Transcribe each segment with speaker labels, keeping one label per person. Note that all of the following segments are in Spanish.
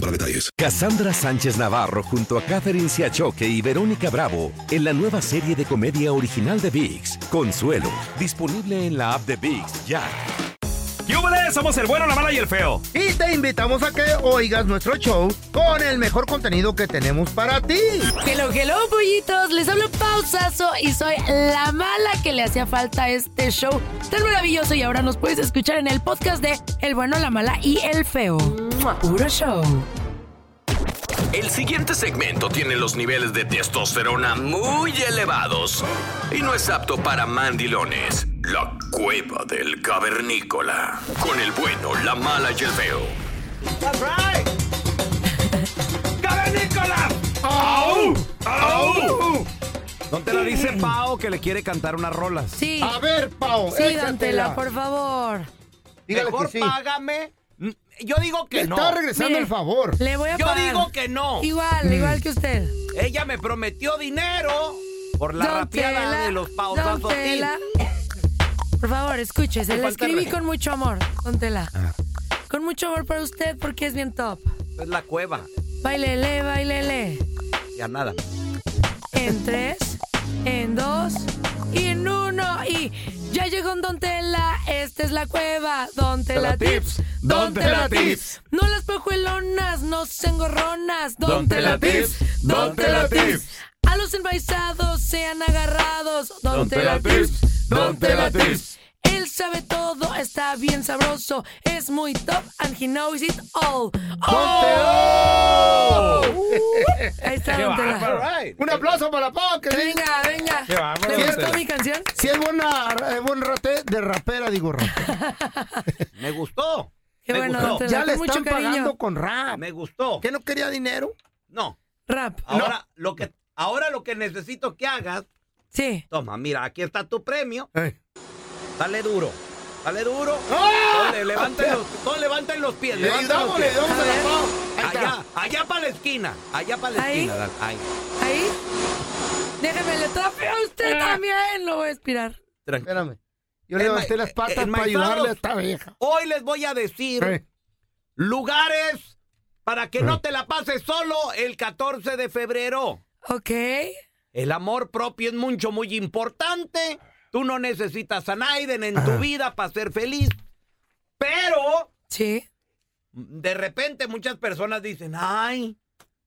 Speaker 1: para detalles.
Speaker 2: Cassandra Sánchez Navarro junto a Catherine Siachoque y Verónica Bravo en la nueva serie de comedia original de VIX, Consuelo, disponible en la app de VIX ya.
Speaker 3: ¡Yúbales! Somos el bueno, la mala y el feo.
Speaker 4: Y te invitamos a que oigas nuestro show con el mejor contenido que tenemos para ti.
Speaker 5: Hello, hello, Oh, pollitos. Les hablo pausazo y soy la mala que le hacía falta a este show tan maravilloso. Y ahora nos puedes escuchar en el podcast de El bueno, la mala y el feo. Puro show.
Speaker 6: El siguiente segmento tiene los niveles de testosterona muy elevados y no es apto para mandilones. La cueva del cavernícola. Con el bueno, la mala y el feo.
Speaker 3: That's right. ¡Cavernícola! ¡Au! ¡Au! No te lo dice Pau que le quiere cantar unas rolas.
Speaker 5: Sí,
Speaker 4: A ver, Pau,
Speaker 5: sí,
Speaker 4: échatela.
Speaker 5: Dantela, por favor.
Speaker 4: Dígale que
Speaker 3: Mejor
Speaker 4: sí.
Speaker 3: págame. Mm, Yo digo
Speaker 4: Te
Speaker 3: que no.
Speaker 4: está regresando
Speaker 5: Mire,
Speaker 4: el favor. Mm.
Speaker 5: Le voy a
Speaker 3: Yo
Speaker 5: pagar.
Speaker 3: digo que no.
Speaker 5: Igual, igual que usted.
Speaker 3: Ella me prometió dinero por la
Speaker 5: Don
Speaker 3: rapeada
Speaker 5: Tela,
Speaker 3: de los
Speaker 5: Don
Speaker 3: pautazos.
Speaker 5: Tela. Por favor, escuche, se la
Speaker 3: falta el
Speaker 5: escribí
Speaker 3: respeto.
Speaker 5: con mucho amor, Don Tela.
Speaker 4: Ah.
Speaker 5: Con mucho amor para usted porque es bien top.
Speaker 3: Es la cueva.
Speaker 5: Bailele, bailele.
Speaker 3: Ya nada.
Speaker 5: En tres, en dos y en uno. Y ya llegó un Don Tela. Esta es la cueva. Don Tela Tips. Don Tela Tips. No las pajuelonas, no engorronas. Don Tela Tips. Don Tela Tips. A los envaisados sean agarrados. Don Tela Tips. Don Tela Tips. Él sabe todo, está bien sabroso. Es muy top and he knows it all. ¡Oh!
Speaker 3: Eh,
Speaker 5: Ahí está Don Tela.
Speaker 4: Un aplauso para Pau, que sí.
Speaker 5: Venga, venga.
Speaker 3: bárbaro,
Speaker 5: ¿Le
Speaker 4: usted.
Speaker 5: gustó mi canción?
Speaker 4: Si es buena, es buen rate de rapera, digo rapera.
Speaker 3: Me gustó.
Speaker 5: Qué
Speaker 3: Me
Speaker 5: bueno,
Speaker 3: gustó.
Speaker 5: te
Speaker 4: Ya
Speaker 5: da
Speaker 4: le
Speaker 5: con mucho
Speaker 4: están pagando
Speaker 5: cariño.
Speaker 4: con rap.
Speaker 3: Me gustó.
Speaker 4: ¿Qué no quería dinero?
Speaker 3: No.
Speaker 5: Rap.
Speaker 3: Ahora lo que ahora lo que necesito que hagas,
Speaker 5: Sí.
Speaker 3: toma, mira, aquí está tu premio.
Speaker 4: Eh.
Speaker 3: Dale duro. Dale duro.
Speaker 4: ¡Ah!
Speaker 3: Todos levanten los, todos levanten los pies.
Speaker 4: Le
Speaker 3: levanten los
Speaker 4: ayudamos, le
Speaker 3: pies.
Speaker 4: ayudamos a la
Speaker 5: A ver.
Speaker 4: Pau. Ahí está.
Speaker 3: Allá, allá para la esquina. Allá para la
Speaker 5: Ahí.
Speaker 3: esquina. dale, ahí.
Speaker 5: Ahí. Déjeme le trapeo a usted también. Lo voy a expirar.
Speaker 3: Tranquilo.
Speaker 4: Espérame. Yo
Speaker 3: En
Speaker 4: le levanté
Speaker 3: my-
Speaker 4: las patas
Speaker 3: en
Speaker 4: para
Speaker 3: my
Speaker 4: ayudarle
Speaker 3: father-
Speaker 4: a esta vieja.
Speaker 3: eh, Hoy les voy a decir
Speaker 4: Eh.
Speaker 3: lugares para que no te la pases solo el 14 de febrero.
Speaker 5: Ok.
Speaker 3: El amor propio es mucho, muy importante. Tú no necesitas a Naiden en tu vida para ser feliz. Pero
Speaker 5: Sí.
Speaker 3: de repente muchas personas dicen, ay,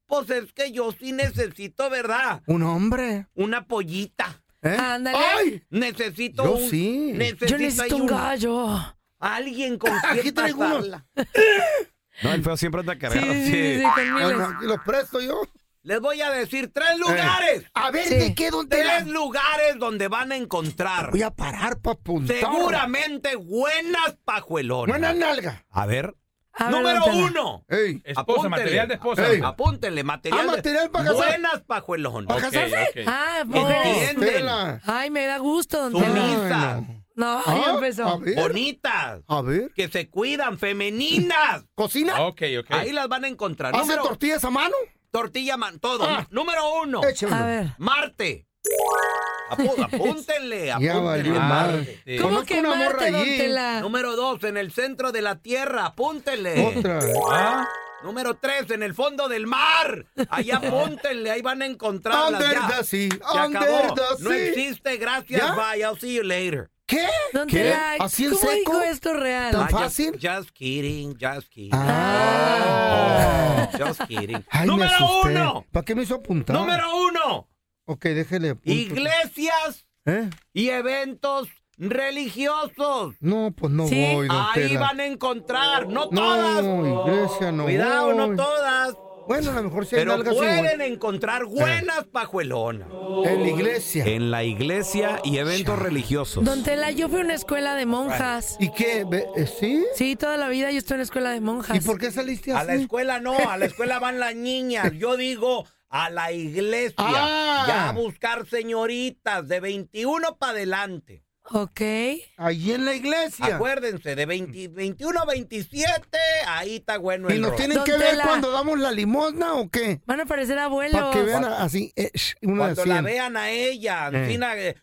Speaker 3: pues es que yo sí necesito, ¿verdad?
Speaker 4: Un hombre.
Speaker 3: Una pollita.
Speaker 4: ¿Eh?
Speaker 5: Ándale.
Speaker 4: ¡Ay!
Speaker 3: Necesito
Speaker 4: Yo
Speaker 3: un-
Speaker 4: sí. Ah,
Speaker 5: Yo
Speaker 3: ahí
Speaker 5: necesito un
Speaker 3: un-
Speaker 5: gallo.
Speaker 3: alguien con
Speaker 4: Aquí
Speaker 3: quien
Speaker 4: traigo uno.
Speaker 3: pasarla.
Speaker 7: No, el feo siempre anda
Speaker 5: Sí,
Speaker 7: cargado.
Speaker 5: sí, sí, sí, con
Speaker 4: No, no,
Speaker 5: miles.
Speaker 4: aquí lo presto yo. Eh.
Speaker 3: Les voy a decir tres lugares.
Speaker 4: A ver,
Speaker 5: Sí.
Speaker 4: ¿de qué? ¿Dónde
Speaker 3: Tres
Speaker 4: la-
Speaker 3: lugares donde van a encontrar
Speaker 4: Voy a parar para apuntar.
Speaker 3: seguramente buenas pajuelonas.
Speaker 4: Buena nalga.
Speaker 7: A ver,
Speaker 5: A ver,
Speaker 3: Número
Speaker 5: Don Tela.
Speaker 3: uno.
Speaker 4: Ey.
Speaker 7: esposa, material de esposa.
Speaker 4: Ey.
Speaker 3: Apúntenle, material.
Speaker 4: Ah,
Speaker 3: de-
Speaker 4: material pa' casar.
Speaker 3: Buenas pajuelonas.
Speaker 4: ¿Para casarse?
Speaker 7: Ok, ok.
Speaker 5: Ah, mujeres.
Speaker 3: Entiende.
Speaker 4: Tela.
Speaker 5: Ay, me da gusto, don Tela.
Speaker 3: Sumisas,
Speaker 5: No,
Speaker 4: Ah,
Speaker 5: ahí empezó.
Speaker 4: A ver.
Speaker 3: bonitas,
Speaker 4: A ver.
Speaker 3: que se cuidan, femeninas.
Speaker 4: ¿Cocina?
Speaker 7: ok, ok.
Speaker 3: Ahí las van a encontrar.
Speaker 4: ¿Hace
Speaker 3: Número,
Speaker 4: tortillas a mano?
Speaker 3: tortilla, man, todo.
Speaker 4: Ah.
Speaker 3: Número uno,
Speaker 5: A
Speaker 4: Échalo.
Speaker 5: ver.
Speaker 3: Marte. Apú- apúntenle,
Speaker 4: Ya valió
Speaker 3: apúntenle.
Speaker 4: madre.
Speaker 3: Este,
Speaker 7: Sí.
Speaker 5: ¿Cómo
Speaker 4: Conozco
Speaker 5: que
Speaker 4: una morra
Speaker 5: mate, don
Speaker 4: allí.
Speaker 5: Tela?
Speaker 3: Número dos, en el centro de la tierra, apúntenle.
Speaker 4: Otra.
Speaker 7: Ah,
Speaker 3: Número tres, en el fondo del mar. Allá apúntenle, ahí van a encontrarlas
Speaker 4: Under
Speaker 3: ya.
Speaker 4: the sea,
Speaker 3: Se
Speaker 4: under
Speaker 3: acabó.
Speaker 4: the
Speaker 3: No
Speaker 4: sea.
Speaker 3: existe, gracias,
Speaker 4: ¿Ya?
Speaker 3: bye, I'll see you later.
Speaker 4: ¿Qué?
Speaker 5: Don
Speaker 4: ¿Qué?
Speaker 5: Tela,
Speaker 4: ¿Así en
Speaker 5: ¿cómo
Speaker 4: seco?
Speaker 5: dijo esto real?
Speaker 4: Tan-
Speaker 3: Ah, just-
Speaker 4: fácil?
Speaker 3: Just kidding, just kidding. Oh,
Speaker 4: Ah.
Speaker 3: Just kidding.
Speaker 4: Ay, me
Speaker 3: Número
Speaker 4: asusté.
Speaker 3: uno.
Speaker 4: ¿Para qué me hizo apuntar?
Speaker 3: Número uno.
Speaker 4: Ok, déjele apunto.
Speaker 3: Iglesias
Speaker 4: ¿Eh?
Speaker 3: y eventos religiosos.
Speaker 4: No, pues no
Speaker 5: Sí.
Speaker 4: voy, don
Speaker 3: Ahí
Speaker 4: Tela.
Speaker 3: van a encontrar, no
Speaker 4: No,
Speaker 3: todas.
Speaker 4: iglesia no
Speaker 3: Cuidado,
Speaker 4: voy.
Speaker 3: no todas.
Speaker 4: Bueno, a lo mejor sí hay
Speaker 3: Pero
Speaker 4: nalgas
Speaker 3: pueden
Speaker 4: igual.
Speaker 3: encontrar buenas pajuelonas.
Speaker 4: Eh. En la iglesia.
Speaker 7: En la iglesia y eventos religiosos.
Speaker 5: Don Tela, yo fui a una escuela de monjas.
Speaker 4: ¿Y qué? Ve- eh, ¿Sí?
Speaker 5: Sí, toda la vida yo estoy en una escuela de monjas.
Speaker 4: ¿Y por qué saliste así?
Speaker 3: A la escuela no, a la escuela van las niñas. Yo digo a la iglesia.
Speaker 4: Ah.
Speaker 3: Ya a buscar señoritas de 21 para adelante.
Speaker 5: Ok.
Speaker 4: Ahí en la iglesia.
Speaker 3: Acuérdense, de 20 21 a 27, ahí está bueno
Speaker 4: ¿Y
Speaker 3: el
Speaker 4: nos
Speaker 3: rollo.
Speaker 4: tienen
Speaker 5: Don
Speaker 4: que ver
Speaker 5: Tela.
Speaker 4: cuando damos la limosna o qué?
Speaker 5: Van a aparecer abuelos.
Speaker 4: Para que vean a- así, eh, sh, una de
Speaker 3: Cuando la
Speaker 4: cien.
Speaker 3: vean a ella,
Speaker 4: Eh.
Speaker 3: Ancina, eh,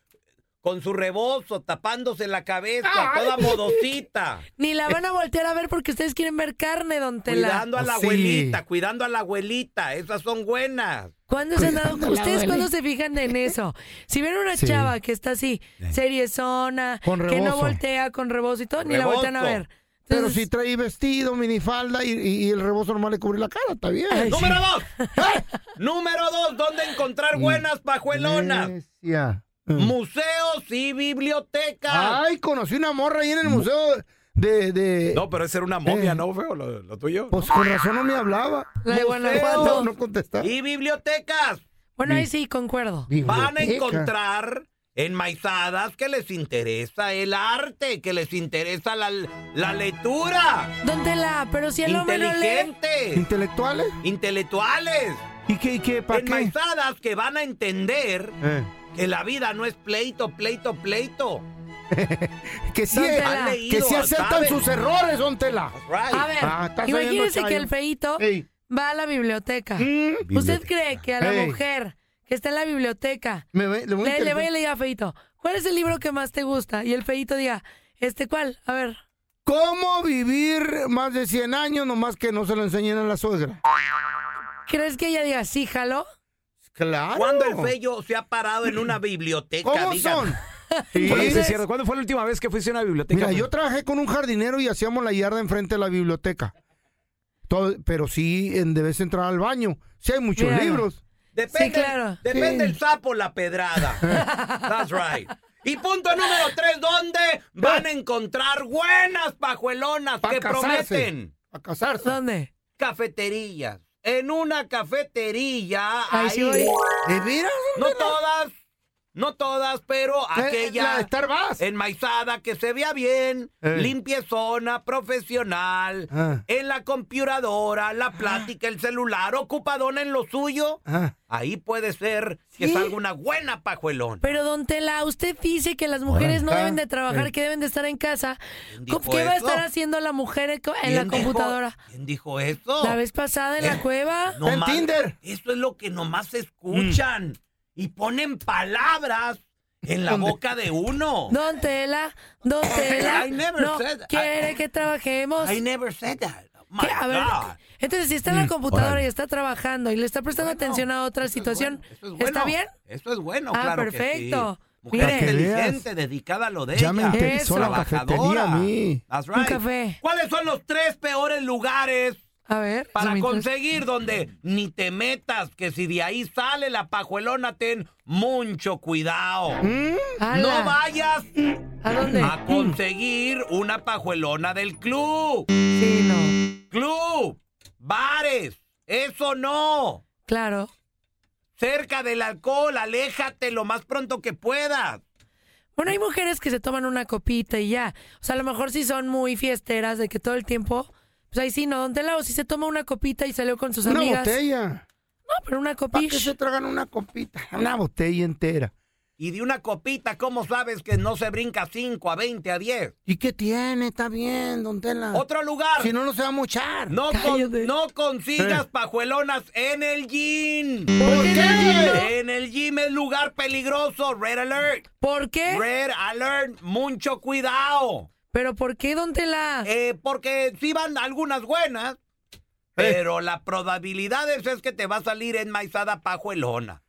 Speaker 3: con su rebozo, tapándose la cabeza,
Speaker 4: Ay.
Speaker 3: toda modosita.
Speaker 5: Ni la van a voltear a ver porque ustedes quieren ver carne, don Tela.
Speaker 3: Eh. Cuidando a la
Speaker 4: Sí.
Speaker 3: abuelita, cuidando a la abuelita. Esas son buenas.
Speaker 5: ¿Cuándo se han dado,
Speaker 4: Cuidando a la
Speaker 5: ¿Ustedes
Speaker 4: abuelita.
Speaker 5: cuándo se fijan en eso? Si ven una
Speaker 4: Sí.
Speaker 5: chava que está así, seriezona,
Speaker 4: Con
Speaker 5: que no
Speaker 4: rebozo.
Speaker 5: voltea con rebozo y todo, ni la
Speaker 3: Rebozo.
Speaker 5: voltean a ver.
Speaker 4: Pero
Speaker 5: Entonces,
Speaker 4: si trae vestido, minifalda y, y, y el rebozo normal le cubre la cara, está bien.
Speaker 5: Ay,
Speaker 3: Número dos. ¿Eh? Número dos, ¿dónde encontrar buenas pajuelonas?
Speaker 4: Iglesia.
Speaker 3: Museos y bibliotecas.
Speaker 4: Ay, conocí una morra ahí en el museo de... de...
Speaker 7: No, pero ese era una momia,
Speaker 4: Eh.
Speaker 7: ¿no, feo? Lo, lo tuyo.
Speaker 4: Pues con razón no me hablaba.
Speaker 5: La de
Speaker 4: No,
Speaker 5: Guanajuato.
Speaker 4: no contestaba.
Speaker 3: Y bibliotecas.
Speaker 5: Bueno, ahí sí, concuerdo.
Speaker 3: Van a
Speaker 4: Biblioteca.
Speaker 3: encontrar enmaizadas que les interesa el arte, que les interesa la, la lectura.
Speaker 5: Don Tela, pero si el hombre no lee...
Speaker 3: Inteligentes,
Speaker 4: ¿Intelectuales?
Speaker 3: intelectuales.
Speaker 4: ¿Y qué? ¿Y qué? ¿Para qué?
Speaker 3: Enmaizadas que van a entender
Speaker 4: Eh,
Speaker 3: que la vida no es pleito, pleito, pleito.
Speaker 4: Que sí,
Speaker 5: Don
Speaker 4: eh,
Speaker 5: Tela.
Speaker 3: Han leído,
Speaker 4: que sí aceptan
Speaker 3: saben.
Speaker 4: sus errores, don Tela.
Speaker 3: Right.
Speaker 5: A ver,
Speaker 4: Ah, estás oyendo,
Speaker 5: imagínense que
Speaker 4: Chayo.
Speaker 5: el feíto
Speaker 4: Ey. ¿Mm?
Speaker 5: va a la biblioteca. ¿Usted
Speaker 7: Biblioteca.
Speaker 5: cree que a la
Speaker 4: Ey.
Speaker 5: mujer que está en la biblioteca
Speaker 4: Me ve- le voy a
Speaker 5: le, le
Speaker 4: intentar-
Speaker 5: voy y le diga a Feito, ¿cuál es el libro que más te gusta? Y el Feito diga, ¿este cuál? A ver.
Speaker 4: ¿Cómo vivir más de 100 años nomás que no se lo enseñen a la suegra?
Speaker 5: ¿Crees que ella diga, sí, jalo?
Speaker 4: Claro.
Speaker 3: ¿Cuándo el fello se ha parado en una biblioteca? Pues,
Speaker 4: ¿Cómo
Speaker 3: Dígame.
Speaker 4: son?
Speaker 7: Oye, sí
Speaker 5: Entonces-
Speaker 7: es cierto. ¿Cuándo fue la última vez que fuiste a una biblioteca?
Speaker 4: Mira, yo trabajé con un jardinero y hacíamos la yarda enfrente de la biblioteca. Todo- pero sí, en, debes entrar al baño. Sí, hay muchos
Speaker 5: Mira.
Speaker 4: libros.
Speaker 3: Depende,
Speaker 5: Sí, claro.
Speaker 3: depende
Speaker 4: Sí.
Speaker 3: el sapo la pedrada. That's right. Y punto número tres, ¿dónde van a encontrar buenas pajuelonas
Speaker 4: Ah. Pa'
Speaker 3: que
Speaker 4: casarse.
Speaker 3: prometen?
Speaker 4: A casarse.
Speaker 5: ¿Dónde?
Speaker 3: Cafeterías. En una cafetería,
Speaker 5: Ahí sí
Speaker 3: ahí,
Speaker 5: voy.
Speaker 4: ¿De veras?
Speaker 3: no todas, no todas, pero
Speaker 4: Eh, La
Speaker 3: aquella
Speaker 4: de Starbucks.
Speaker 3: enmaizada que se vea bien,
Speaker 4: Eh.
Speaker 3: limpiezona, profesional,
Speaker 4: Ah.
Speaker 3: en la computadora, la plática, el celular, ocupadona en lo suyo.
Speaker 4: Ah.
Speaker 3: Ahí puede ser que
Speaker 5: Sí.
Speaker 3: salga una buena pajuelona.
Speaker 5: Pero, don Tela, usted dice que las mujeres no
Speaker 4: Ajá.
Speaker 5: deben de trabajar,
Speaker 4: Eh.
Speaker 5: que deben de estar en casa.
Speaker 3: dijo
Speaker 5: ¿Qué va a
Speaker 3: eso?
Speaker 5: estar haciendo la mujer en co- en la
Speaker 3: ¿Quién dijo-
Speaker 5: computadora?
Speaker 3: ¿Quién dijo eso?
Speaker 5: La vez pasada en la cueva.
Speaker 4: Está en
Speaker 3: Nomás-
Speaker 4: Tinder. Mm.
Speaker 3: Eso es lo que nomás escuchan y ponen palabras en la boca de uno.
Speaker 5: Don Tela, don Tela.
Speaker 3: I never
Speaker 5: no
Speaker 3: said-
Speaker 5: quiere
Speaker 3: I-
Speaker 5: que trabajemos.
Speaker 3: I never said that. Oh, my
Speaker 5: ¿Qué? A ver,
Speaker 3: God.
Speaker 5: entonces si está en
Speaker 4: Mm,
Speaker 5: la computadora y está trabajando y le está prestando
Speaker 3: Bueno,
Speaker 5: atención a otra
Speaker 3: eso es
Speaker 5: situación,
Speaker 3: bueno, eso es bueno.
Speaker 5: ¿está bien?
Speaker 3: Eso es bueno,
Speaker 5: Ah,
Speaker 3: claro
Speaker 5: perfecto.
Speaker 3: que sí. Mujer
Speaker 5: Mire.
Speaker 3: inteligente, dedicada a lo de
Speaker 4: Ya
Speaker 3: ella.
Speaker 4: me interesó la cafetería a mí.
Speaker 3: That's
Speaker 5: Un
Speaker 3: right.
Speaker 5: café.
Speaker 3: ¿Cuáles son los tres peores lugares
Speaker 5: A ver.
Speaker 3: para
Speaker 5: eso me interesa.
Speaker 3: conseguir donde ni te metas? Que si de ahí sale la pajuelona, ten mucho cuidado.
Speaker 5: ¿Mm? Ala,
Speaker 3: No vayas
Speaker 5: ¿A dónde?
Speaker 3: a conseguir una pajuelona del club.
Speaker 5: Sí, no.
Speaker 3: Club, bares, eso no.
Speaker 5: Claro.
Speaker 3: Cerca del alcohol, aléjate lo más pronto que puedas.
Speaker 5: Bueno, hay mujeres que se toman una copita y ya. O sea, a lo mejor sí son muy fiesteras de que todo el tiempo. Pues ahí sí, no, don Tela, o si se toma una copita y salió con sus
Speaker 4: Una
Speaker 5: amigas.
Speaker 4: botella.
Speaker 5: No, pero una
Speaker 4: ¿Para qué se
Speaker 5: copita.
Speaker 4: tragan una copita? Una botella entera.
Speaker 3: Y de una copita, ¿cómo sabes que no se brinca 5 a 20 a 10?
Speaker 4: ¿Y qué tiene? Está bien, don Tela.
Speaker 3: Otro lugar.
Speaker 4: Si no, no se va a mochar.
Speaker 3: No, con-
Speaker 5: Cállate.
Speaker 3: no consigas
Speaker 4: Eh.
Speaker 3: pajuelonas en el gym.
Speaker 4: ¿Por qué?
Speaker 3: En el gym es lugar peligroso. Red alert.
Speaker 5: ¿Por qué?
Speaker 3: Red alert. Mucho cuidado.
Speaker 5: ¿Pero por qué, don Tela? Eh.
Speaker 3: Eh, porque sí van algunas buenas, pero la probabilidad es, es que te va a salir enmaizada pajuelona.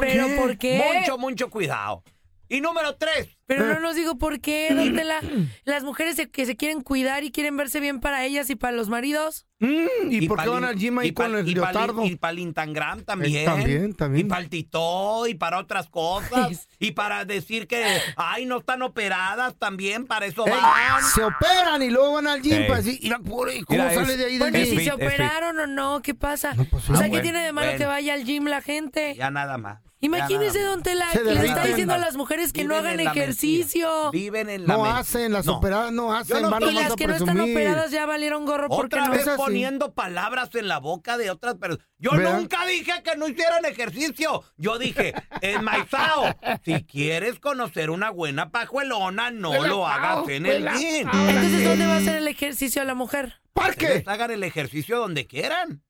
Speaker 5: ¿Pero por qué?
Speaker 3: Mucho, mucho cuidado. Y número tres, Eh.
Speaker 5: Pero
Speaker 4: Eh.
Speaker 5: no nos digo por qué, don Tela. Las mujeres se- que se quieren cuidar y quieren verse bien para ellas y para los maridos.
Speaker 4: Mm, ¿Y, por qué
Speaker 3: pa'l
Speaker 4: van
Speaker 3: in-
Speaker 4: al gym ahí
Speaker 3: y pa'l-
Speaker 4: con el
Speaker 3: y pa'l in-
Speaker 4: leotardo?
Speaker 3: Y para el Instagram también.
Speaker 4: Eh, también, también.
Speaker 3: Y para el Tito, y para otras cosas. y para decir que, ay, no están operadas también, para eso
Speaker 4: Ey,
Speaker 3: van.
Speaker 4: se operan y luego van al gym
Speaker 7: Ey.
Speaker 4: para decir, "Mira, pobre, ¿cómo
Speaker 7: Mira,
Speaker 4: sale
Speaker 7: es-
Speaker 4: de ahí?
Speaker 5: Bueno,
Speaker 4: del
Speaker 7: Es
Speaker 5: ¿y si
Speaker 4: gym?"
Speaker 7: fit,
Speaker 5: se
Speaker 7: es fit.
Speaker 5: operaron o no? ¿Qué pasa?
Speaker 4: No, pues,
Speaker 5: o sea,
Speaker 4: no,
Speaker 5: ¿qué
Speaker 4: bueno.
Speaker 5: tiene de malo que
Speaker 3: Bueno.
Speaker 5: vaya al gym la gente?
Speaker 3: Ya nada más. ya
Speaker 5: Imagínese,
Speaker 3: nada más.
Speaker 5: don Tela,
Speaker 4: Se
Speaker 5: que le está
Speaker 4: derriten.
Speaker 5: diciendo a las mujeres que no
Speaker 3: Viven
Speaker 5: hagan
Speaker 3: en la mentira.
Speaker 5: ejercicio.
Speaker 3: Viven en la
Speaker 4: no
Speaker 3: mentira.
Speaker 4: hacen, las
Speaker 3: No.
Speaker 4: operadas no
Speaker 3: Yo
Speaker 4: hacen,
Speaker 3: no
Speaker 4: van
Speaker 5: Y
Speaker 3: estoy-
Speaker 4: nomás
Speaker 5: las
Speaker 4: a
Speaker 5: que no están
Speaker 4: presumir.
Speaker 5: operadas ya valieron gorro porque
Speaker 3: Otra
Speaker 5: no.
Speaker 3: vez
Speaker 4: Es así.
Speaker 3: poniendo palabras en la boca de otras personas. Yo
Speaker 4: ¿Verdad?
Speaker 3: nunca dije que no hicieran ejercicio. Yo dije, enmaizao, si quieres conocer una buena pajuelona, no lo hagas en el gym.
Speaker 5: Entonces, ¿dónde va a hacer el ejercicio a la mujer?
Speaker 4: ¡Parque!
Speaker 3: Ustedes hagan el ejercicio donde quieran.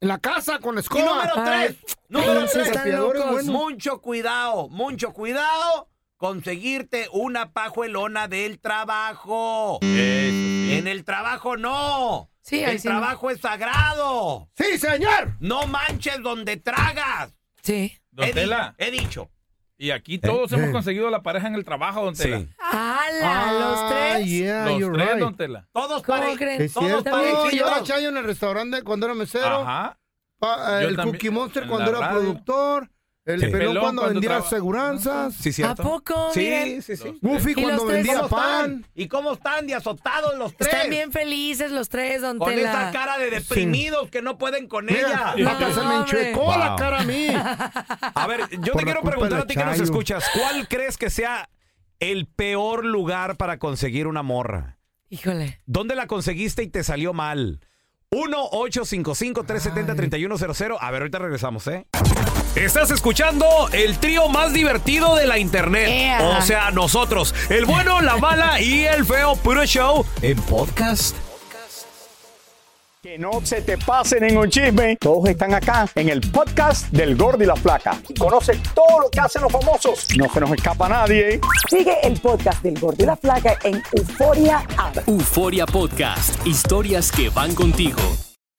Speaker 4: En la casa con la
Speaker 3: Y número
Speaker 4: escoba.
Speaker 5: Ay,
Speaker 3: tres, número
Speaker 5: ay,
Speaker 3: tres.
Speaker 5: están
Speaker 4: Desafiador es
Speaker 5: locos.
Speaker 4: bueno.
Speaker 3: Mucho cuidado, mucho cuidado. Conseguirte una pajuelona del trabajo. En el trabajo no.
Speaker 5: Sí, ahí
Speaker 3: el
Speaker 5: sí no.
Speaker 3: trabajo es sagrado.
Speaker 4: ¡Sí, señor!
Speaker 3: No manches donde tragas.
Speaker 5: Sí.
Speaker 8: Don
Speaker 3: he, di-
Speaker 8: Tela,
Speaker 3: he dicho.
Speaker 8: y aquí todos hemos
Speaker 4: eh.
Speaker 8: conseguido la pareja en el trabajo, Don Tela.
Speaker 7: Sí.
Speaker 5: ¡Hala! los
Speaker 4: Ah,
Speaker 5: tres.
Speaker 4: yeah,
Speaker 8: Los
Speaker 4: you're
Speaker 8: tres,
Speaker 4: right.
Speaker 8: Don Tela.
Speaker 3: Todos
Speaker 5: ¿Cómo
Speaker 3: pare-
Speaker 5: creen?
Speaker 4: Es
Speaker 3: todos
Speaker 4: cierto.
Speaker 5: parecidos.
Speaker 4: Yo era Chayo en el restaurante cuando era mesero.
Speaker 8: Ajá.
Speaker 4: pa- eh,
Speaker 8: Yo
Speaker 4: el
Speaker 8: también,
Speaker 4: Cookie Monster
Speaker 8: en
Speaker 4: cuando
Speaker 8: la
Speaker 4: era
Speaker 8: radio.
Speaker 4: productor. El
Speaker 7: Sí.
Speaker 4: pelón,
Speaker 8: Pelón
Speaker 4: cuando,
Speaker 8: cuando
Speaker 4: vendía
Speaker 8: traba-
Speaker 4: aseguranzas.
Speaker 7: Sí,
Speaker 5: ¿A
Speaker 7: cierto.
Speaker 5: poco? Miren,
Speaker 7: Sí, sí, sí.
Speaker 4: Buffy
Speaker 5: ¿Y los
Speaker 4: cuando
Speaker 5: tres
Speaker 4: vendía
Speaker 5: cómo
Speaker 4: pan.
Speaker 3: ¿Y cómo están de azotados los tres?
Speaker 5: Están bien felices los tres, don
Speaker 3: Con
Speaker 5: Tela.
Speaker 3: esa cara de deprimidos que no pueden con
Speaker 4: Mira,
Speaker 3: ella.
Speaker 4: hasta
Speaker 5: No,
Speaker 4: se me
Speaker 5: hombre.
Speaker 4: enchuecó la
Speaker 7: Wow.
Speaker 4: cara a mí.
Speaker 7: A ver, yo te
Speaker 4: Por la
Speaker 7: quiero
Speaker 4: culpa
Speaker 7: preguntar
Speaker 4: de
Speaker 7: a ti que nos
Speaker 4: Chayo.
Speaker 7: escuchas, ¿cuál crees que sea el peor lugar para conseguir una morra?
Speaker 5: Híjole.
Speaker 7: ¿Dónde la conseguiste y te salió mal? 1-855-370-3100. A ver, ahorita regresamos, ¿eh? Estás escuchando el trío más divertido de la internet.
Speaker 5: Ea.
Speaker 7: O sea, nosotros. El bueno, la mala y el feo. Puro show en podcast.
Speaker 9: Que no se te pase ningún chisme. Todos están acá en el podcast del Gordo y la Flaca. Y conoce todo lo que hacen los famosos. No se nos escapa nadie.
Speaker 10: Sigue Este, el podcast del Gordo y la Flaca en Euforia App.
Speaker 11: Euforia Podcast, historias que van contigo.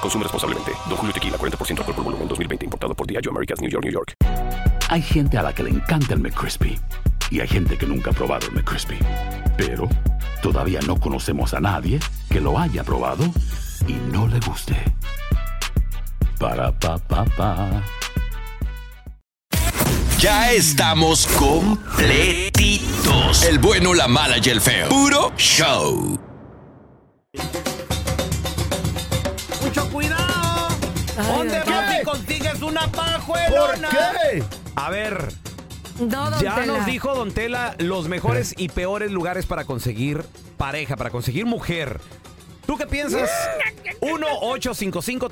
Speaker 11: Consume responsablemente. Don Julio Tequila, 40% alcohol por volumen 2020, importado por Diageo Americas, New York, New York. Hay gente a la que le encanta el McCrispy y hay gente que nunca ha probado el McCrispy. Pero todavía no conocemos a nadie que lo haya probado y no le guste. Para pa pa pa.
Speaker 6: Ya estamos completitos. El bueno, la mala y el feo. Puro show.
Speaker 3: Mucho cuidado.
Speaker 5: Ay,
Speaker 3: ¿Dónde
Speaker 5: don
Speaker 3: vas
Speaker 5: Tela.
Speaker 3: y consigues una pajuelona?
Speaker 7: A ver,
Speaker 5: No, Oh, don
Speaker 7: ya
Speaker 5: Tela.
Speaker 7: nos dijo Don Tela los mejores
Speaker 4: Eh.
Speaker 7: y peores lugares para conseguir pareja, para conseguir mujer. ¿Tú qué piensas?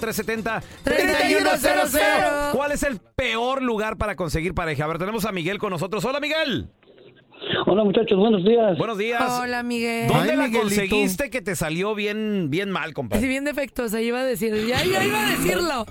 Speaker 7: 1-855-370-3100.
Speaker 5: 3100.
Speaker 7: ¿Cuál es el peor lugar para conseguir pareja? A ver, tenemos a Miguel con nosotros. Hola, Miguel.
Speaker 10: Hola muchachos, buenos días.
Speaker 7: Buenos días.
Speaker 5: Hola, Miguel.
Speaker 7: ¿Dónde
Speaker 4: Ay,
Speaker 7: la
Speaker 4: Miguelito.
Speaker 7: conseguiste que te salió bien, bien mal,
Speaker 5: Si
Speaker 7: compadre?
Speaker 5: bien defectuosa, iba a decir. Ya, ya iba a decirlo.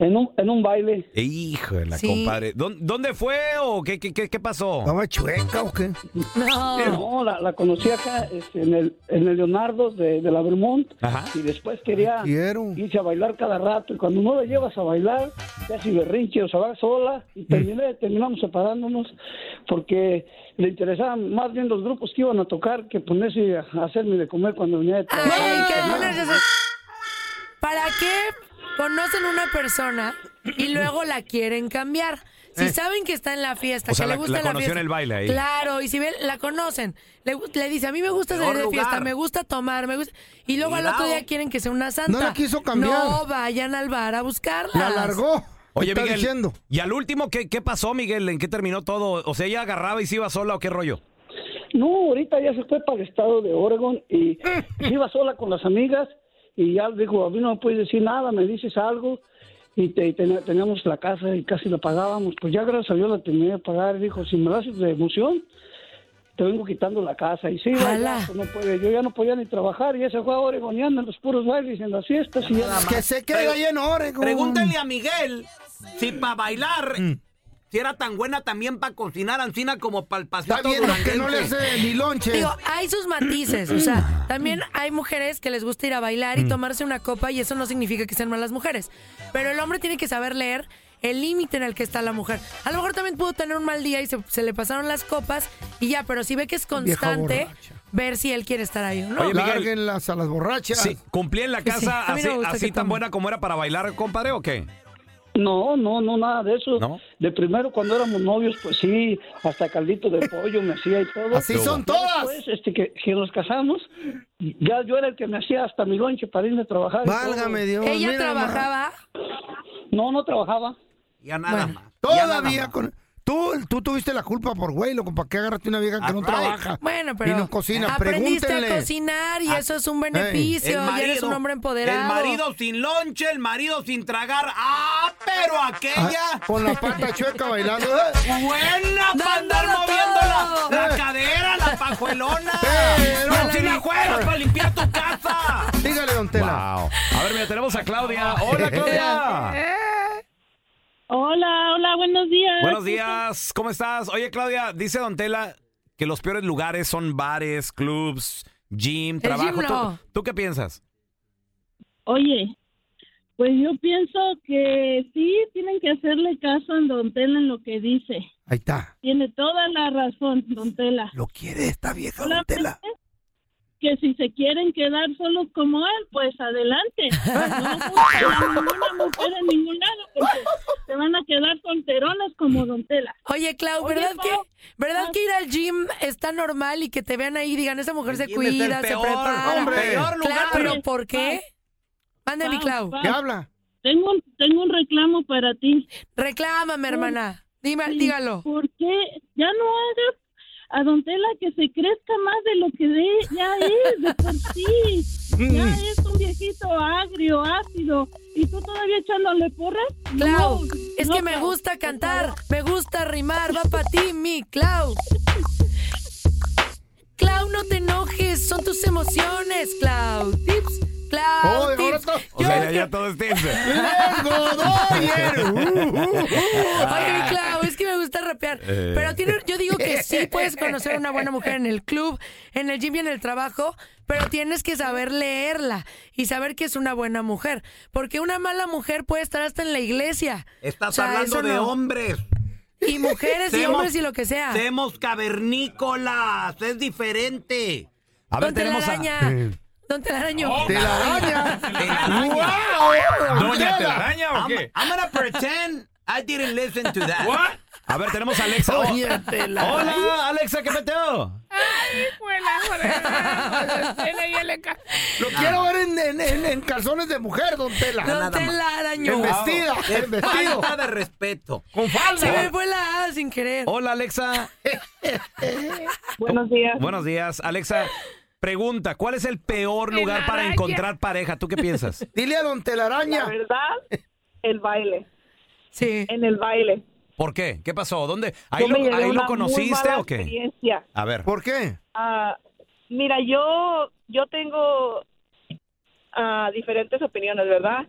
Speaker 10: En un, en un baile,
Speaker 7: Híjole,
Speaker 5: Sí.
Speaker 7: compadre. ¿Dó- ¿Dónde fue o qué, qué, qué, qué pasó?
Speaker 4: ¿Estaba chueca o qué?
Speaker 5: No.
Speaker 10: no, la, la conocí acá este, en, el, en el Leonardo de, de la Vermont
Speaker 7: Ajá.
Speaker 10: y después quería
Speaker 4: Quiero.
Speaker 10: irse a bailar cada rato y cuando no la llevas a bailar, te hace berrinche o se va sola y terminé, terminamos separándonos porque le interesaban más bien los grupos que iban a tocar que ponerse a a hacerme de comer cuando venía de trabajar.
Speaker 5: Ay, qué buena razón. ¿Para qué conocen una persona y luego la quieren cambiar? si saben que está en la fiesta,
Speaker 7: Eh. O sea,
Speaker 5: que
Speaker 7: la-
Speaker 5: le gusta
Speaker 7: la
Speaker 5: la,
Speaker 7: conoció en
Speaker 5: fiesta,
Speaker 7: el baile ahí.
Speaker 5: Claro, y si ven, la conocen, le, gu- le dice, a mí me gusta
Speaker 7: Peor
Speaker 5: salir de fiesta,
Speaker 7: lugar.
Speaker 5: me gusta tomar, me gusta... Y luego al otro
Speaker 7: Cuidado.
Speaker 5: día quieren que sea una santa.
Speaker 4: No la quiso cambiar.
Speaker 5: No vayan al bar a buscarla.
Speaker 4: La largó.
Speaker 7: Oye,
Speaker 4: Está
Speaker 7: Miguel,
Speaker 4: diciendo.
Speaker 7: ¿y al último qué, qué pasó, Miguel? ¿En qué terminó todo? O sea, ¿ella agarraba y se iba sola o qué rollo?
Speaker 10: No, ahorita ya se fue para el estado de Oregon y se iba sola con las amigas y ya dijo, a mí no me puedes decir nada, me dices algo y te- ten- teníamos la casa y casi la pagábamos. Pues ya gracias a Dios la terminé de pagar. Dijo, si me das de emoción, te vengo quitando la casa. Y sí, vaya,
Speaker 5: Ala.
Speaker 10: pues no puede, yo ya no podía ni trabajar y ese fue a Oregon y anda en los puros bailes y en las fiestas. Y ya nada
Speaker 4: Que
Speaker 10: más.
Speaker 4: se quede ahí en Oregon. Mm.
Speaker 3: Pregúntale a Miguel si para bailar, si era tan buena también para cocinar ancina como para el pasito
Speaker 4: Está bien que no le hace ni lonche.
Speaker 5: Digo, hay sus matices, o sea, también hay mujeres que les gusta ir a bailar y tomarse una copa y eso no significa que sean malas mujeres, pero el hombre tiene que saber leer el límite en el que está la mujer. A lo mejor también pudo tener un mal día y se, se le pasaron las copas y ya, pero si ve que es
Speaker 4: Vieja
Speaker 5: constante,
Speaker 4: borracha.
Speaker 5: ver si él quiere estar ahí o no.
Speaker 7: Oye, Miguel.
Speaker 4: Lárguenlas a las borrachas.
Speaker 7: Sí, ¿Cumplía en la
Speaker 5: pues Sí,
Speaker 7: casa
Speaker 5: a mí
Speaker 7: así,
Speaker 5: no me gusta
Speaker 7: así
Speaker 5: que
Speaker 7: tan
Speaker 5: tomen.
Speaker 7: buena como era para bailar, compadre, o qué?
Speaker 10: No, no, no, nada de eso.
Speaker 7: ¿No?
Speaker 10: De primero, cuando éramos novios, pues sí, hasta caldito de pollo me hacía y todo.
Speaker 4: Así son
Speaker 10: Ya
Speaker 4: todas.
Speaker 10: Después, este, que, que nos casamos, ya yo era el que me hacía hasta mi lonche para irme a trabajar. y
Speaker 4: Válgame Dios.
Speaker 5: Ella
Speaker 4: mira nomás.
Speaker 5: trabajaba,
Speaker 10: todo. No, no trabajaba.
Speaker 3: Ya nada
Speaker 5: Bueno,
Speaker 3: más. Ya nada
Speaker 4: Todavía
Speaker 3: más.
Speaker 4: con... Tú, tú tuviste la culpa por güey, loco. ¿Para qué agarraste una vieja que no
Speaker 3: right.
Speaker 4: trabaja?
Speaker 5: bueno,
Speaker 4: Y
Speaker 5: pero
Speaker 4: no cocina.
Speaker 5: aprendiste
Speaker 4: Pregúntenle.
Speaker 5: a cocinar
Speaker 3: Ah.
Speaker 5: y eso es un beneficio,
Speaker 3: El
Speaker 5: y eres
Speaker 3: marido-
Speaker 5: un hombre empoderado.
Speaker 3: El marido sin lonche, el marido sin tragar. ¡Ah, pero aquella!
Speaker 4: Ah, Con la pata chueca bailando. ¡Eh!
Speaker 3: Buena para andar
Speaker 5: Ah, Dándolo
Speaker 3: moviendo
Speaker 5: todo.
Speaker 3: la, la cadera, la pajuelona,
Speaker 4: Pero-
Speaker 3: las tinajuelas para limpiar tu casa.
Speaker 4: Dígale, don Tela.
Speaker 7: Wow. A ver, mira, tenemos a Claudia.
Speaker 3: Ah.
Speaker 7: Hola, Claudia.
Speaker 12: Hola, hola, buenos días.
Speaker 7: Buenos días, ¿cómo estás? Oye, Claudia, dice Don Tela que los peores lugares son bares, clubs, gym, trabajo.
Speaker 5: gym no.
Speaker 7: ¿Tú, tú qué piensas?
Speaker 12: Oye, pues yo pienso que sí, tienen que hacerle caso a Don Tela en lo que dice.
Speaker 4: Ahí está.
Speaker 12: Tiene toda la razón, Don Tela.
Speaker 4: Lo quiere esta vieja, don
Speaker 12: Solamente
Speaker 4: Tela.
Speaker 12: Que si se quieren quedar solos como él, pues adelante. No busquen a ninguna mujer en ningún lado porque se van a quedar solteronas como Don Tela.
Speaker 5: Oye, Clau,
Speaker 12: Oye,
Speaker 5: ¿verdad,
Speaker 12: Pau.
Speaker 5: que, ¿verdad
Speaker 12: Ah.
Speaker 5: que ir al gym está normal y que te vean ahí y digan, esa mujer
Speaker 3: El
Speaker 5: se
Speaker 3: gym es el
Speaker 5: cuida,
Speaker 3: peor,
Speaker 5: se prepara?
Speaker 3: hombre. Peor lugar.
Speaker 5: Claro, pero ¿por qué? Manda mi
Speaker 12: Pau,
Speaker 5: Clau.
Speaker 12: Pau,
Speaker 4: ¿Qué habla?
Speaker 12: Tengo un, tengo un reclamo para ti.
Speaker 5: Reclámame, hermana. Dime,
Speaker 12: Sí,
Speaker 5: dígalo.
Speaker 12: ¿Por qué ya no hagas a Don Tela que se crezca más de lo que de, ya es de por sí? Ya es un viejito agrio, ácido. ¿Y tú todavía echándole porras?
Speaker 5: Clau,
Speaker 12: No,
Speaker 5: es
Speaker 12: no,
Speaker 5: que me
Speaker 12: Clau,
Speaker 5: gusta
Speaker 12: por
Speaker 5: cantar,
Speaker 12: favor.
Speaker 5: me gusta rimar, va para ti, mi Clau. Clau, no te enojes, son tus emociones, Clau. Tips, Clau,
Speaker 4: Oye, ahora
Speaker 5: tips.
Speaker 4: to-
Speaker 7: O
Speaker 5: Yo
Speaker 7: sea,
Speaker 5: creo-
Speaker 7: ya, ya todo es tenso.
Speaker 4: ¡El
Speaker 3: eh.
Speaker 5: eh.
Speaker 4: Godoyer! Uh, uh, uh.
Speaker 5: Oye,
Speaker 3: Ah.
Speaker 7: Ah.
Speaker 5: mi Clau, es que me gusta rapear. Pero tiene, yo digo que sí puedes conocer a una buena mujer en el club, en el gym y en el trabajo, pero tienes que saber leerla y saber que es una buena mujer. Porque una mala mujer puede estar hasta en la iglesia.
Speaker 3: Estás
Speaker 5: O sea,
Speaker 3: hablando
Speaker 5: eso
Speaker 3: de
Speaker 5: no.
Speaker 3: hombres.
Speaker 5: Y mujeres y
Speaker 3: Semos-
Speaker 5: hombres y lo que sea.
Speaker 3: Semos cavernícolas. Es diferente. Oh,
Speaker 7: A ver,
Speaker 5: Don
Speaker 7: tenemos a
Speaker 5: Telaraña. Don Telaraño.
Speaker 4: Telaraña.
Speaker 8: ¡Wow!
Speaker 7: Doña
Speaker 8: ¿Doña Telaraña o
Speaker 3: I'm,
Speaker 8: qué?
Speaker 3: I'm gonna pretend I didn't listen to that.
Speaker 8: ¿What?
Speaker 7: A ver, tenemos a Alexa. Oh, Hola, Alexa, ¿qué peteo?
Speaker 4: Lo quiero ver en, en- en- en calzones de mujer, don Tela.
Speaker 5: Don
Speaker 3: nada más.
Speaker 4: En Eh,
Speaker 5: Telaraño.
Speaker 4: vestido,
Speaker 3: Es
Speaker 4: en vestido.
Speaker 3: falta de respeto.
Speaker 4: Con
Speaker 5: Se me
Speaker 4: falda.
Speaker 5: fue la A sin querer.
Speaker 7: Hola, Alexa.
Speaker 12: Buenos días.
Speaker 7: Buenos días, Alexa. Pregunta, ¿cuál es el peor lugar para encontrar pareja? ¿Tú qué piensas?
Speaker 4: Dile a don Telaraña.
Speaker 12: La verdad, el baile.
Speaker 5: Sí.
Speaker 12: En el baile.
Speaker 7: ¿Por qué? ¿Qué pasó? ¿Dónde? ¿Ahí
Speaker 12: Yo
Speaker 7: lo,
Speaker 12: me llevé
Speaker 7: ahí lo
Speaker 12: una muy
Speaker 7: conociste
Speaker 12: mala
Speaker 7: o qué?
Speaker 12: experiencia.
Speaker 7: A ver.
Speaker 4: ¿Por qué?
Speaker 12: Ah, mira, yo, yo tengo ah, diferentes opiniones, ¿verdad?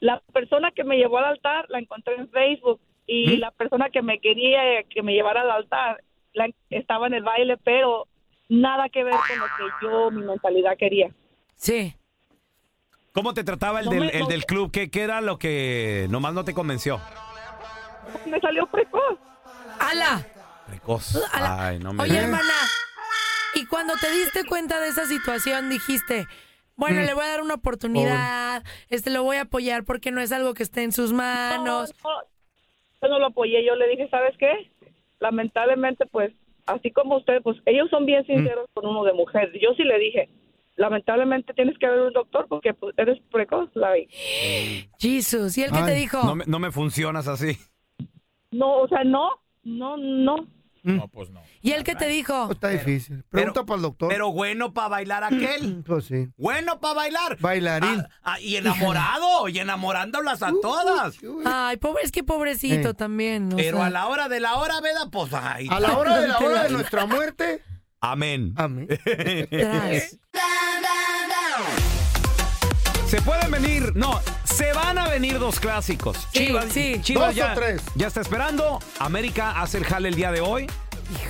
Speaker 12: La persona que me llevó al altar la encontré en Facebook
Speaker 7: ¿Mm?
Speaker 12: y la persona que me quería que me llevara al altar la- estaba en el baile, pero nada que ver con lo que yo, mi mentalidad quería.
Speaker 5: Sí.
Speaker 7: ¿Cómo te trataba el,
Speaker 12: No
Speaker 7: del,
Speaker 12: me-
Speaker 7: el
Speaker 12: no-
Speaker 7: del club? ¿Qué, qué era lo que nomás no te convenció?
Speaker 12: Me salió precoz.
Speaker 5: ¡Ala!
Speaker 7: Precoz.
Speaker 5: Ala.
Speaker 7: Ay, no me
Speaker 5: Oye, hermana, y cuando te diste cuenta de esa situación, dijiste, bueno, le voy a dar una oportunidad, este lo voy a apoyar porque no es algo que esté en sus manos.
Speaker 12: No, no, yo no lo apoyé, yo le dije, ¿sabes qué? Lamentablemente, pues, así como usted, pues, ellos son
Speaker 3: Mm.
Speaker 12: bien sinceros con uno de mujer. Yo sí le dije, lamentablemente tienes que ver un doctor porque pues, eres precoz, like.
Speaker 5: Jesús, ¿y él
Speaker 12: qué te dijo?
Speaker 3: No me, no me funcionas así.
Speaker 12: No, o sea, no, no, no.
Speaker 3: No, pues no.
Speaker 5: ¿Y él qué te dijo?
Speaker 4: Está Mm. difícil. Pregunta para el doctor.
Speaker 13: Pero bueno para bailar aquel.
Speaker 4: Pues sí.
Speaker 13: Bueno para bailar.
Speaker 4: Bailarín. Uh,
Speaker 13: Ah, y enamorado, y enamorándolas a todas.
Speaker 5: Ay, pobre, es que pobrecito
Speaker 13: Eh.
Speaker 5: también. o
Speaker 13: Pero
Speaker 5: sea.
Speaker 13: a la hora de la hora, ¿verdad? Pues ay.
Speaker 4: A la hora de la hora de nuestra muerte.
Speaker 3: Amén.
Speaker 4: Amén.
Speaker 3: Tras. Se pueden venir, no, se van a venir dos clásicos.
Speaker 4: Sí,
Speaker 3: Chivas,
Speaker 4: sí.
Speaker 3: Chivas
Speaker 4: Dos o
Speaker 3: ya,
Speaker 4: tres.
Speaker 3: ya está esperando. América hace el jale el día de hoy.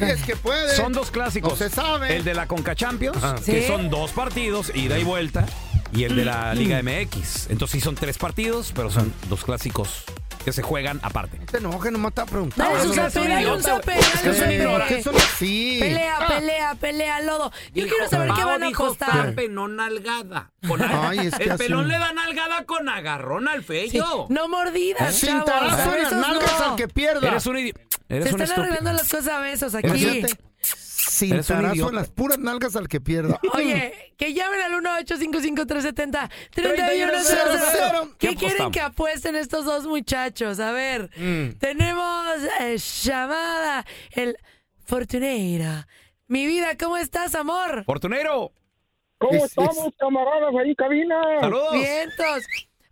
Speaker 4: Es que puede.
Speaker 3: Son dos clásicos.
Speaker 4: No se sabe.
Speaker 3: El de la Conca Champions,
Speaker 4: Ajá.
Speaker 3: que
Speaker 4: Sí.
Speaker 3: son dos partidos, ida y vuelta. Y el de la
Speaker 4: Mm.
Speaker 3: Liga MX. Entonces sí son tres partidos, pero son dos clásicos que se juegan aparte.
Speaker 4: No te enojes, Este nomás te preguntando.
Speaker 5: Dale su zape, dale un zape, dale un zape.
Speaker 4: Sí.
Speaker 5: Pelea, pelea, pelea, lodo. Yo quiero saber qué van a costar.
Speaker 13: no nalgada.
Speaker 4: Ay, es que
Speaker 13: el
Speaker 4: hace
Speaker 13: pelón
Speaker 4: un-
Speaker 13: le da nalgada con agarrón al fello.
Speaker 5: No mordidas,
Speaker 4: Sin
Speaker 5: chavos.
Speaker 4: tarazo
Speaker 5: A
Speaker 4: en las
Speaker 5: besos
Speaker 4: nalgas
Speaker 5: no.
Speaker 4: al que pierda.
Speaker 3: Eres un idi-
Speaker 5: Se
Speaker 3: eres
Speaker 5: están
Speaker 3: un estúpido.
Speaker 5: arreglando las cosas a besos aquí.
Speaker 4: Imagínate. Sin
Speaker 3: Eres un
Speaker 4: tarazo
Speaker 3: idiota.
Speaker 4: en las puras nalgas al que pierda.
Speaker 5: Oye, que llamen al 1-855-370-3100.
Speaker 4: 3100.
Speaker 5: ¿Qué
Speaker 4: ¿Qué
Speaker 5: quieren
Speaker 4: apostamos?
Speaker 5: que apuesten estos dos muchachos? A ver,
Speaker 4: Mm.
Speaker 5: tenemos eh, llamada, el Fortuneira. Mi vida, ¿cómo estás, amor?
Speaker 3: Fortunero.
Speaker 5: Es-
Speaker 14: ¿Cómo
Speaker 5: es-
Speaker 14: estamos, camaradas? Ahí, cabina.
Speaker 5: Vientos.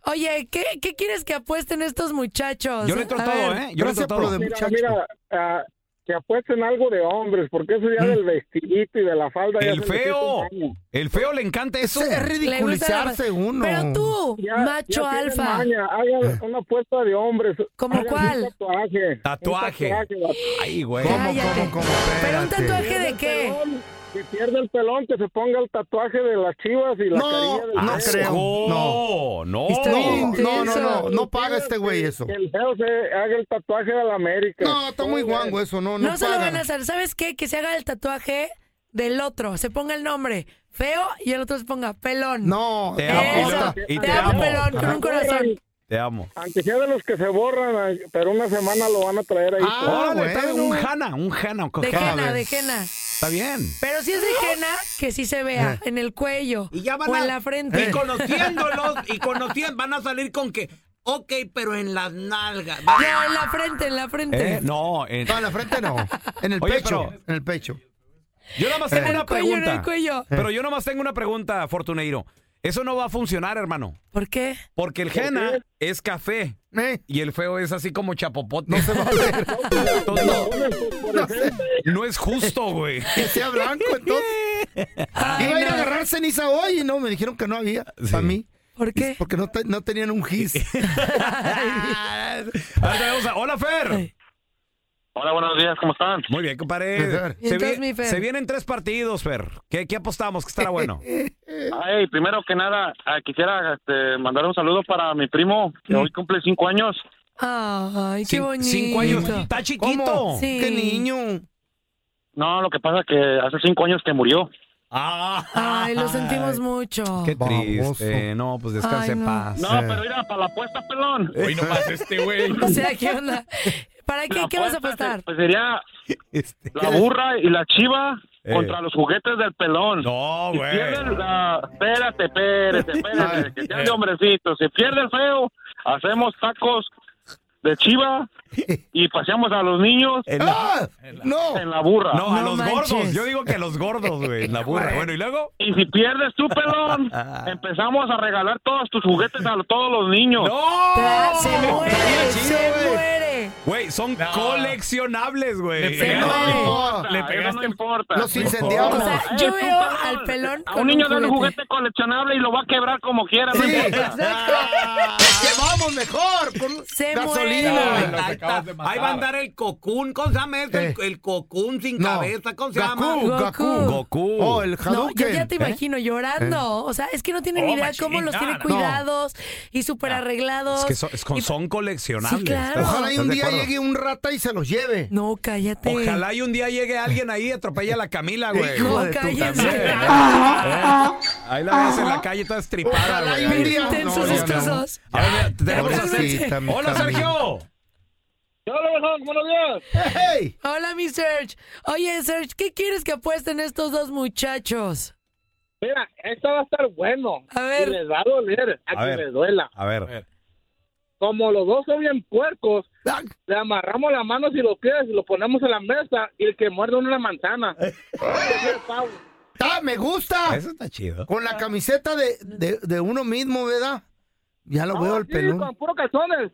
Speaker 5: Oye, ¿qué, qué quieres que apuesten estos muchachos?
Speaker 14: Yo le entro
Speaker 5: A
Speaker 14: todo,
Speaker 5: ver.
Speaker 14: ¿eh? Yo le entro todo. Mira, mira, ah, que apuesten algo de hombres, porque eso ya del vestidito y de la falda. ya
Speaker 3: Mm. El
Speaker 14: se les
Speaker 3: feo.
Speaker 14: hizo un daño.
Speaker 3: El feo le encanta eso.
Speaker 5: ridiculizarse uno. Pero tú, macho
Speaker 14: tienen
Speaker 5: alfa.
Speaker 14: maña, hagan una apuesta de hombres. ¿Como
Speaker 5: cuál?
Speaker 14: Tatuaje.
Speaker 3: Tatuaje.
Speaker 14: Un tatuaje.
Speaker 3: Ay, güey.
Speaker 5: ¿Pero un tatuaje de
Speaker 14: el
Speaker 5: qué?
Speaker 14: pelón, Si pierde el pelón, que se ponga el tatuaje de las chivas y la
Speaker 4: No,
Speaker 14: carilla del
Speaker 4: no
Speaker 14: feo.
Speaker 4: creo.
Speaker 3: No, no.
Speaker 4: Está bien No, no, no, intenso. no, no paga este güey
Speaker 14: Que-
Speaker 4: eso.
Speaker 14: Que el feo se haga el tatuaje de la América.
Speaker 4: No, está muy guango eso, no,
Speaker 5: No,
Speaker 4: no
Speaker 5: se lo
Speaker 4: paga.
Speaker 5: van a hacer. ¿Sabes qué? Que se haga el tatuaje del otro. Se ponga el nombre feo y el otro se ponga pelón. Eh,
Speaker 4: No,
Speaker 3: Te amo.
Speaker 5: Eso.
Speaker 3: Y
Speaker 5: Te
Speaker 3: te
Speaker 5: amo,
Speaker 3: amo.
Speaker 5: pelón, con un corazón.
Speaker 3: Te amo.
Speaker 14: Aunque sea de los que se borran, ay, pero una semana lo van a traer ahí.
Speaker 3: Ah, Órale, está bien, un jana, un jana.
Speaker 5: De Jena, de Jena.
Speaker 3: Está bien.
Speaker 5: Pero si es de Jena, que sí se vea en el cuello o en la frente.
Speaker 13: Y conociéndolos, y conociendo, van a salir con que, ok, pero en las nalgas. Va-
Speaker 5: No, en la frente, en la frente.
Speaker 3: Eh, no, en...
Speaker 4: No, en la frente no. En el
Speaker 3: Oye,
Speaker 4: pecho.
Speaker 3: pero-
Speaker 4: En el pecho.
Speaker 3: Yo nada más
Speaker 4: Eh.
Speaker 3: tengo
Speaker 4: En
Speaker 3: una
Speaker 4: el cuello, en el
Speaker 3: pregunta.
Speaker 5: cuello.
Speaker 3: Pero yo nada más tengo una pregunta, Fortuneiro. Eso no va a funcionar, hermano.
Speaker 5: ¿Por qué?
Speaker 3: Porque el jena es café. Y el feo es así como chapopote.
Speaker 14: Entonces, no. No sé.
Speaker 3: No es justo, güey.
Speaker 4: Que sea blanco, entonces. Iba a ir a agarrar ceniza hoy y no, me dijeron que no había. Para mí.
Speaker 5: ¿Por qué?
Speaker 4: Porque no, te- no tenían un gis.
Speaker 3: Ahora tenemos a- Hola, Fer.
Speaker 15: Hola, buenos días, ¿cómo están?
Speaker 3: Muy bien, compadre. Se, vi- se vienen tres partidos, Fer. ¿Qué, qué apostamos? Que estará bueno.
Speaker 15: Ay, primero que nada, ah, quisiera este, mandar un saludo para mi primo, que hoy cumple cinco años.
Speaker 5: Ay, qué
Speaker 15: Cin-
Speaker 5: bonito.
Speaker 15: cinco años, está chiquito.
Speaker 3: Oh,
Speaker 5: ¿Cómo? Sí.
Speaker 4: Qué niño.
Speaker 15: No, lo que pasa es que hace cinco años que murió.
Speaker 3: Ah,
Speaker 5: Ay, lo sentimos mucho.
Speaker 3: Qué triste. No, pues
Speaker 5: Ay,
Speaker 3: descanse en
Speaker 5: no.
Speaker 3: paz.
Speaker 5: No, pero
Speaker 15: mira, para la apuesta, pelón.
Speaker 3: Hoy nomás este güey.
Speaker 5: O sea, ¿qué onda? ¿Para qué? ¿Qué vas a apostar?
Speaker 15: Pues sería
Speaker 3: este,
Speaker 15: la burra y la chiva contra los juguetes del pelón.
Speaker 3: Eh. No,
Speaker 15: Si
Speaker 3: güey.
Speaker 15: pierde el- ah, espérate, espérate, espérate, que
Speaker 3: Eh.
Speaker 15: sea de hombrecito. Si pierde el feo, hacemos tacos de chiva y paseamos a los niños
Speaker 3: en la,
Speaker 4: no.
Speaker 15: en la burra.
Speaker 3: No, a los gordos. Yo digo que a los gordos, güey. La burra. Bueno, ¿y luego?
Speaker 15: Y si pierdes tú, pelón, empezamos a regalar todos tus juguetes a todos los niños.
Speaker 3: ¡No!
Speaker 5: Se muere, se muere.
Speaker 3: Güey, son coleccionables, güey.
Speaker 5: Se No, muere.
Speaker 15: importa, eso no importa. Los
Speaker 5: O sea, yo veo al pelón
Speaker 15: A
Speaker 5: con
Speaker 15: un niño de un
Speaker 5: juguete.
Speaker 15: juguete coleccionable y lo va a quebrar como quiera. no importa.
Speaker 4: vamos mejor con
Speaker 5: se
Speaker 4: gasolina.
Speaker 13: muere.
Speaker 4: Ay, los
Speaker 13: Ahí,
Speaker 4: acabas
Speaker 13: está.
Speaker 4: de matar. Eh.
Speaker 13: Ahí va a andar el cocún. ¿Cómo se llama ese? El, el cocún sin
Speaker 4: No.
Speaker 13: cabeza. ¿Cómo se
Speaker 4: Gakú,
Speaker 13: llama?
Speaker 4: Gakú. Gakú. Oh, el
Speaker 5: Uh. No, yo
Speaker 4: Hadouken.
Speaker 5: ya te
Speaker 4: ¿Eh?
Speaker 5: imagino llorando. O sea, es que no tienen
Speaker 3: Oh,
Speaker 5: ni idea
Speaker 3: machín,
Speaker 5: cómo los
Speaker 3: no,
Speaker 5: tiene
Speaker 3: no.
Speaker 5: cuidados y súper arreglados.
Speaker 3: Es que son, es con- son coleccionables.
Speaker 5: Sí, claro.
Speaker 3: ¿Estás-
Speaker 4: Ojalá y
Speaker 3: estás
Speaker 4: un
Speaker 3: de
Speaker 4: día
Speaker 3: acuerdo?
Speaker 4: llegue un rata y se los lleve.
Speaker 5: No, cállate.
Speaker 3: Ojalá y un día llegue alguien ahí y atropelle a la Camila, güey.
Speaker 4: Hijo
Speaker 5: de tu- cállense.
Speaker 3: También, ¿eh?
Speaker 5: Ah,
Speaker 3: ¿Eh? Ahí la ves en la calle toda estripada,
Speaker 4: Ojalá
Speaker 3: güey.
Speaker 4: y un día- Intensos No, ya estos no. dos.
Speaker 3: A ver, mira, tenemos
Speaker 4: Ya
Speaker 3: a
Speaker 4: cálmense.
Speaker 3: Sergio. Hola,
Speaker 4: Camila.
Speaker 3: Sergio.
Speaker 15: ¿Qué Robinson, buenos días.
Speaker 5: Hola, mi Serge. Oye, Serge, ¿qué quieres que apuesten estos dos muchachos?
Speaker 15: Mira, esto va a estar bueno.
Speaker 5: A ver.
Speaker 15: Y les va a doler, a, que les duela.
Speaker 7: A ver.
Speaker 15: Como los dos son bien puercos,
Speaker 3: Ah.
Speaker 15: le amarramos las manos y los pies y lo ponemos en la mesa y el que muerde una manzana.
Speaker 4: ¡Ah, me gusta!
Speaker 7: Eso está chido.
Speaker 4: Con la camiseta de, de, de uno mismo, ¿verdad? Ya lo veo el pelón.
Speaker 15: con puro calzones.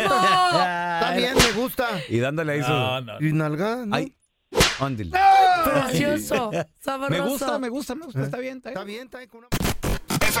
Speaker 4: También me gusta.
Speaker 7: Y dándole ahí su.
Speaker 4: No, Y nalga.
Speaker 7: Ay. Ándale.
Speaker 5: Precioso, sabroso.
Speaker 7: Me gusta, me gusta, me gusta. Está bien,
Speaker 4: está bien. Está bien,
Speaker 6: Eso